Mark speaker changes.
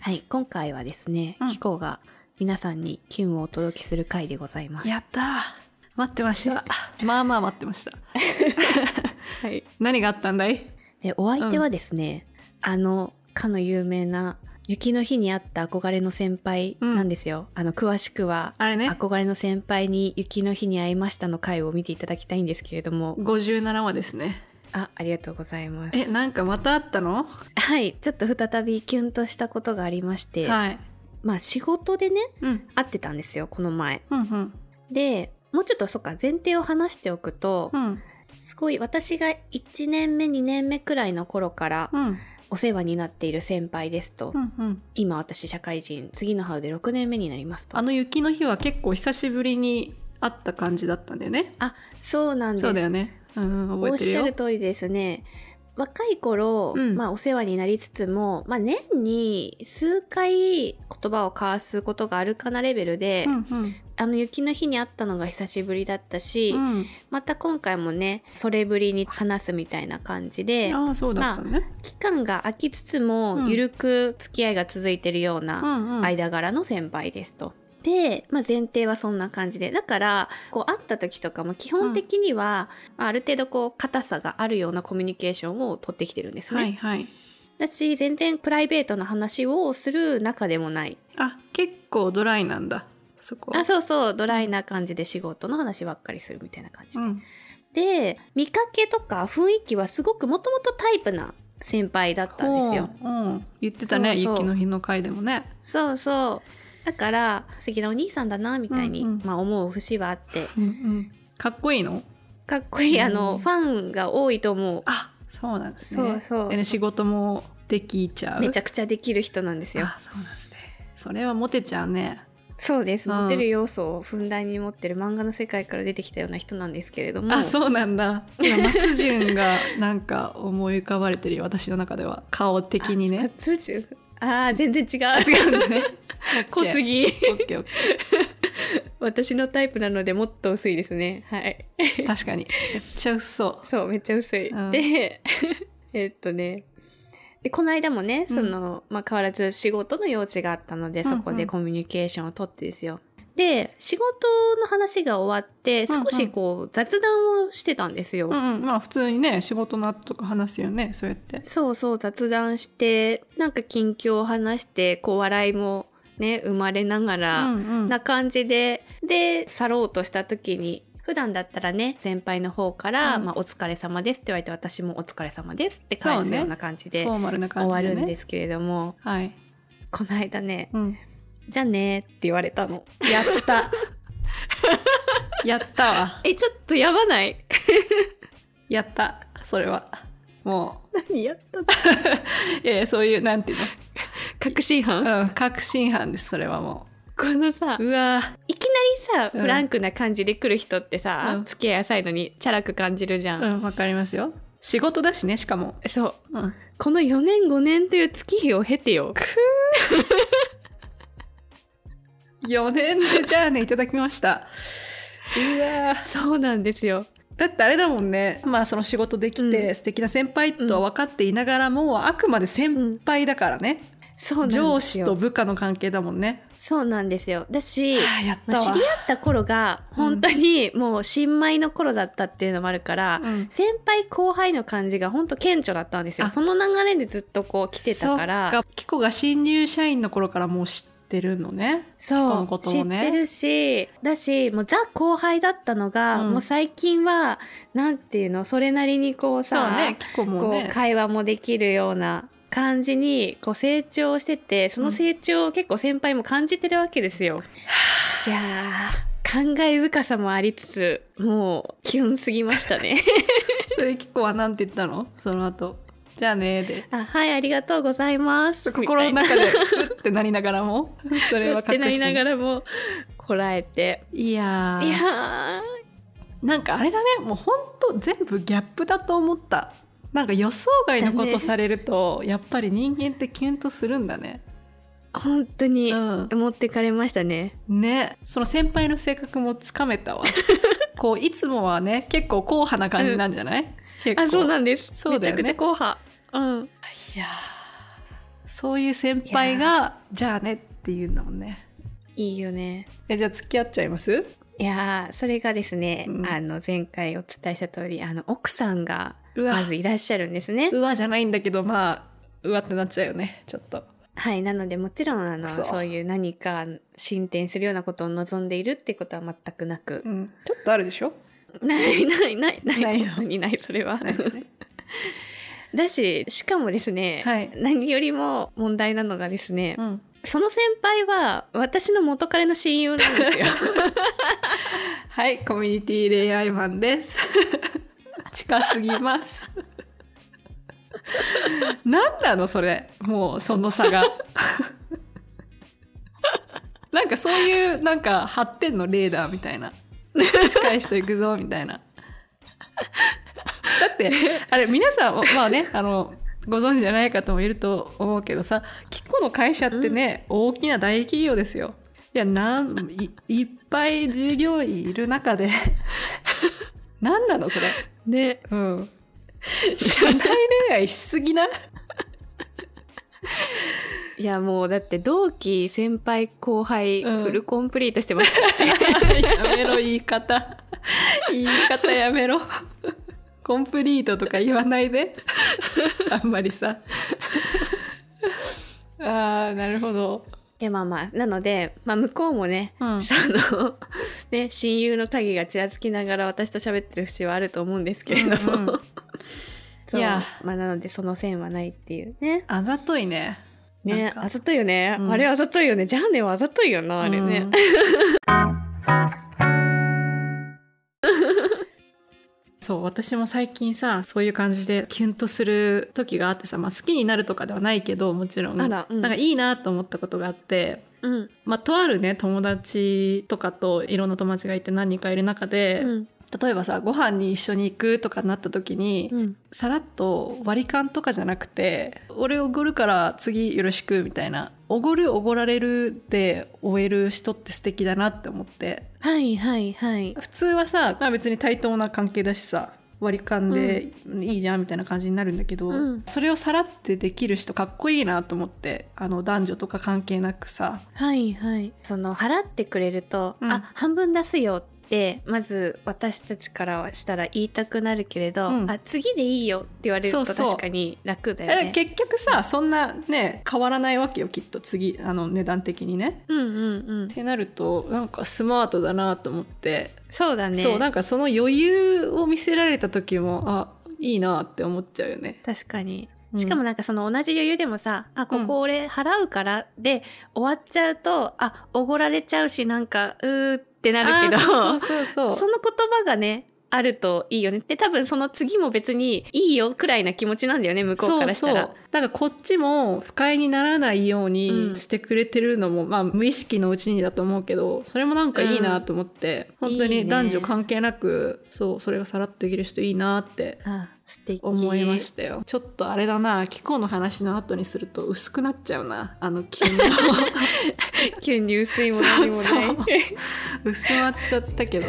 Speaker 1: はい、今回はですね、
Speaker 2: うん
Speaker 1: ヒコが皆さんにキュンをお届けする回でございます。
Speaker 2: やったー待ってましたまあまあ待ってました
Speaker 1: はい。
Speaker 2: 何があったんだい
Speaker 1: で、お相手はですね、あの、かの有名な、雪の日にあった憧れの先輩なんですよ。あの、詳しくは、
Speaker 2: あれね
Speaker 1: 憧れの先輩に雪の日に会いましたの回を見ていただきたいんですけれども、
Speaker 2: 57話ですね
Speaker 1: あ、ありがとうございます。
Speaker 2: えなんかまたあったの
Speaker 1: はい、ちょっと再びキュンとしたことがありまして、
Speaker 2: はい
Speaker 1: まあ仕事でね、
Speaker 2: うん
Speaker 1: 会ってたんですよ、この前。
Speaker 2: うんうん
Speaker 1: で、もうちょっとそっか、前提を話しておくと、
Speaker 2: うん
Speaker 1: すごい私が1年目2年目くらいの頃から
Speaker 2: うん
Speaker 1: お世話になっている先輩ですと、
Speaker 2: うんうん
Speaker 1: 今私社会人次のハウで6年目になりますと
Speaker 2: あの雪の日は結構久しぶりに会った感じだったんだよね
Speaker 1: そうなんです
Speaker 2: そうだよねうんうん
Speaker 1: おっ
Speaker 2: 覚えてる
Speaker 1: し
Speaker 2: よ
Speaker 1: ゃる通りですね若い頃、
Speaker 2: うん
Speaker 1: まあ、お世話になりつつも、まあ、年に数回言葉を交わすことがあるかなレベルで、
Speaker 2: うんうん
Speaker 1: あの雪の日に会ったのが久しぶりだったし、
Speaker 2: うん
Speaker 1: また今回もねそれぶりに話すみたいな感じで
Speaker 2: ああそうだったのね、
Speaker 1: 期間が空きつつ
Speaker 2: う
Speaker 1: も
Speaker 2: ん
Speaker 1: ゆるく付き合いが続いてるような
Speaker 2: うんうん
Speaker 1: 間柄の先輩ですと。で、まあ、前提はそんな感じでだからこう会った時とかも基本的には、まあある程度こう硬さがあるようなコミュニケーションを取ってきてるんですね。
Speaker 2: はいはい
Speaker 1: だし全然プライベートな話をする仲でもない
Speaker 2: あ結構ドライなんだそこ
Speaker 1: あそうそうドライな感じで仕事の話ばっかりするみたいな感じで。
Speaker 2: ん、
Speaker 1: で見かけとか雰囲気はすごくもともとタイプな先輩だったんですよ。
Speaker 2: ほううん、言ってたね
Speaker 1: そうそう
Speaker 2: 雪の日の回でもね
Speaker 1: そうそうだから素敵なお兄さんだなみたいに、
Speaker 2: うんうん
Speaker 1: まあ、思う節はあって
Speaker 2: うんうんかっこいいの
Speaker 1: かっこいいあの、
Speaker 2: うん
Speaker 1: ファンが多いと思う
Speaker 2: あそうなんですね
Speaker 1: そうそう
Speaker 2: えね仕事もできちゃう
Speaker 1: めち
Speaker 2: ゃ
Speaker 1: ゃくちゃできる人なんですよ
Speaker 2: あそうなんですねそれはモテちゃうね
Speaker 1: そうです
Speaker 2: うん
Speaker 1: モテる要素をふんだんに持ってる漫画の世界から出てきたような人なんですけれども
Speaker 2: あそうなんだ今松潤がなんか思い浮かばれてるよ私の中では顔的にね
Speaker 1: 松潤 あー全然違う
Speaker 2: 違うんだね
Speaker 1: 濃すぎ
Speaker 2: オッケーオッケ
Speaker 1: 私のタイプなのでもっと薄いですねはい
Speaker 2: ー確かにめっちゃ嘘そ
Speaker 1: そうめっちゃ薄い、
Speaker 2: うん
Speaker 1: で えっとねでこの間もねその、まあ、変わらず仕事の用事があったので
Speaker 2: うんうん
Speaker 1: そこでコミュニケーションをとってですよ、で仕事の話が終わって
Speaker 2: うんうん
Speaker 1: 少しこう雑談をしてたんですよ、
Speaker 2: ううんうんまあ普通にね仕事の後とか話すよねそうやって
Speaker 1: そうそう雑談してなんか近況を話してこう笑いもね生まれながら、
Speaker 2: うんうん
Speaker 1: な感じでで去ろうとした時に普段だったらね先輩の方から、
Speaker 2: うん
Speaker 1: まあ「お疲れ様です」って言われて私も「お疲れ様です」って返
Speaker 2: そう
Speaker 1: す
Speaker 2: ね
Speaker 1: ような感じで
Speaker 2: フォーマルな感
Speaker 1: 終
Speaker 2: じ
Speaker 1: わ
Speaker 2: で
Speaker 1: るん
Speaker 2: ね
Speaker 1: ですけれども、
Speaker 2: はい、
Speaker 1: この間ね
Speaker 2: うん、
Speaker 1: 「じゃあね」って言われたの。 やった
Speaker 2: やったわ
Speaker 1: えちょっとやばない
Speaker 2: やったそれはも
Speaker 1: 何やった
Speaker 2: ういやいやそういうなんていう
Speaker 1: 確信犯
Speaker 2: の、うん、確信犯ですそれはも
Speaker 1: このさ
Speaker 2: ううわ
Speaker 1: いきなりさ
Speaker 2: うん
Speaker 1: フランクな感じで来る人ってさ、
Speaker 2: うん
Speaker 1: 付き合い浅いのにチャラく感じるじゃん。
Speaker 2: うんわかりますよ仕事だしねしかも、
Speaker 1: そう
Speaker 2: うん、
Speaker 1: この4年5年という月日を経てよ
Speaker 2: 4年でじゃあねいただきましたうわ
Speaker 1: そうなんですよ
Speaker 2: だってあれだもんねまあその仕事できて、
Speaker 1: うん
Speaker 2: 素敵な先輩とは分かっていながらも、あくまで先輩だからね、
Speaker 1: そうなんですよ
Speaker 2: 上司と部下の関係だもんね
Speaker 1: そうなんですよ。だし、
Speaker 2: はあやっ
Speaker 1: ま
Speaker 2: た
Speaker 1: あ知
Speaker 2: わ
Speaker 1: り合った頃が
Speaker 2: ん
Speaker 1: 本当にもう新米の頃だったっていうのもあるから、
Speaker 2: うん
Speaker 1: 先輩後輩の感じが本当顕著だったんですよ。
Speaker 2: あ
Speaker 1: その流れでずっとこう来てたから、
Speaker 2: そっかキコが新入社員の頃からもう知ってるのね
Speaker 1: そう
Speaker 2: 人のことをね
Speaker 1: 知ってるし、だし、もうザ後輩だったのが、
Speaker 2: うん
Speaker 1: もう最近は、なんていうの、それなりにこう
Speaker 2: そう
Speaker 1: さ、
Speaker 2: ねキコも
Speaker 1: こ
Speaker 2: ね
Speaker 1: う会話もできるような感じにこう成長しててその成長を結構先輩も感じてるわけですよ。いやー感慨深さもありつつもうキュンすぎました ね。
Speaker 2: それでキコはなんて言ったのその後じゃあねーで
Speaker 1: あはいありがとうございます。
Speaker 2: 心の
Speaker 1: み
Speaker 2: 中でうってなりながらも そ
Speaker 1: たい
Speaker 2: れ
Speaker 1: な
Speaker 2: は
Speaker 1: うって
Speaker 2: 隠
Speaker 1: なり
Speaker 2: し
Speaker 1: な
Speaker 2: て
Speaker 1: が
Speaker 2: ね
Speaker 1: らもこらえて。
Speaker 2: いやー
Speaker 1: いや
Speaker 2: なんかあれだねもうほんと全部ギャップだと思ったなんか予想外のこ
Speaker 1: だね
Speaker 2: とされると、やっぱり人間ってキュンとするんだね
Speaker 1: ー本当に
Speaker 2: うん
Speaker 1: 持ってかれましたね。
Speaker 2: ねその先輩の性格もつかめ たわこういつもはね結構硬派な感じなんじゃない、結構
Speaker 1: あそうなんです。
Speaker 2: そうだよね
Speaker 1: めちゃくちゃ硬派。うん。
Speaker 2: いやーそういう先輩が「じゃあね」って言うんだもんね
Speaker 1: いいよね。
Speaker 2: えじゃあ付き合っちゃいます
Speaker 1: いやーそれがですね、
Speaker 2: うん
Speaker 1: あの前回お伝えした通りあの奥さんが
Speaker 2: うわ
Speaker 1: まずいらっしゃるんですね
Speaker 2: うわじゃないんだけどまあうわってなっちゃうよねちょっと
Speaker 1: はいなのでもちろんあの
Speaker 2: く
Speaker 1: そ
Speaker 2: そう
Speaker 1: いう何か進展するようなことを望んでいるってことは全くなく
Speaker 2: う、んちょっとあるでしょ
Speaker 1: ないないないない
Speaker 2: ないの
Speaker 1: 本当にないそれは
Speaker 2: ないです ね
Speaker 1: だししかもですね、
Speaker 2: はい
Speaker 1: 何よりも問題なのがですね、
Speaker 2: うん
Speaker 1: その先輩は私の元彼の親友なん ですよ
Speaker 2: はいコミュニティ恋愛マンです近すぎます何なのそれもうその差が なんかそういうなんか発展のレーダーみたいな近い人行くぞみたいなだってあれ皆さんおまあねあのご存知じゃない方もいると思うけどさキッコの会社ってね、大きな大企業ですよいやなんいいっぱい従業員いる中で何なのそれ
Speaker 1: ね
Speaker 2: うん社内恋愛しすぎない
Speaker 1: いやもうだって同期先輩後輩、
Speaker 2: うん
Speaker 1: フルコンプリートしてます
Speaker 2: やめろ言い方言い方やめろコンプリートとか言わないであんまりさあーなるほど、
Speaker 1: でまあまあなので、まあ、向こうもね、
Speaker 2: うん
Speaker 1: その ね親友の影がちらつきながら私と喋ってる節はあると思うんですけれども、
Speaker 2: うんうん
Speaker 1: そう
Speaker 2: いや
Speaker 1: まあなのでその線はないっていうね
Speaker 2: あざといねなん
Speaker 1: ね
Speaker 2: か
Speaker 1: あざといよね、
Speaker 2: うん
Speaker 1: あれあざといよねじゃあねはあざといよなあれね、
Speaker 2: うんそう私も最近さそういう感じでキュンとする時があってさ、まあ、好きになるとかではないけどもちろん
Speaker 1: あらうん
Speaker 2: なんかいいなと思ったことがあって、
Speaker 1: うん
Speaker 2: まあ、とあるね友達とかといろんな友達がいて何人かいる中で、
Speaker 1: うん
Speaker 2: 例えばさご飯に一緒に行くとかなった時に、
Speaker 1: うん
Speaker 2: さらっと割り勘とかじゃなくて「俺おごるから次よろしく」みたいな「おごるおごられる」で終える人って素敵だなって思って
Speaker 1: はいはいはい
Speaker 2: 普通はさ、まあ、別に対等な関係だしさ割り勘でいいじゃんみたいな感じになるんだけど、
Speaker 1: うん
Speaker 2: それをさらってできる人かっこいいなと思ってあの男女とか関係なくさ
Speaker 1: はいはいその払ってくれると、
Speaker 2: うん
Speaker 1: あ半分出すよってまず私たちからはしたら言いたくなるけれど、
Speaker 2: うん
Speaker 1: あ次でいいよって言われると
Speaker 2: そうそう
Speaker 1: 確かに楽だよ
Speaker 2: え
Speaker 1: ね。
Speaker 2: 結局さそんなね変わらないわけよきっと次あの値段的にね。
Speaker 1: うんうんうん
Speaker 2: ってなるとなんかスマートだなと思って、
Speaker 1: そうだね
Speaker 2: そうなんかその余裕を見せられた時もあいいなって思っちゃうよね。
Speaker 1: 確かに
Speaker 2: うん
Speaker 1: しかもなんかその同じ余裕でもさ、あここ俺払うからで終わっちゃうとあおごられちゃうしなんかうーってなるけど
Speaker 2: あそうそうそう
Speaker 1: そ
Speaker 2: そう
Speaker 1: の言葉がねあるといいよねで多分その次も別にいいよくらいな気持ちなんだよね向こう
Speaker 2: そ
Speaker 1: か
Speaker 2: う
Speaker 1: らした
Speaker 2: そう
Speaker 1: ら
Speaker 2: だからこっちも不快にならないよう
Speaker 1: う
Speaker 2: に
Speaker 1: ん
Speaker 2: してくれてるのも、まあ無意識のうちにだと思うけどそれもなんかいいなと思って、
Speaker 1: うん
Speaker 2: 本当
Speaker 1: いい
Speaker 2: に
Speaker 1: ね
Speaker 2: 男女関係なくそうそれがさらっとできる人いいなって
Speaker 1: あ素敵
Speaker 2: 思いましたよちょっとあれだな紀行の話の後にすると薄くなっちゃうなあの金 の
Speaker 1: 急に薄いものにもない
Speaker 2: そうそう薄まっちゃったけど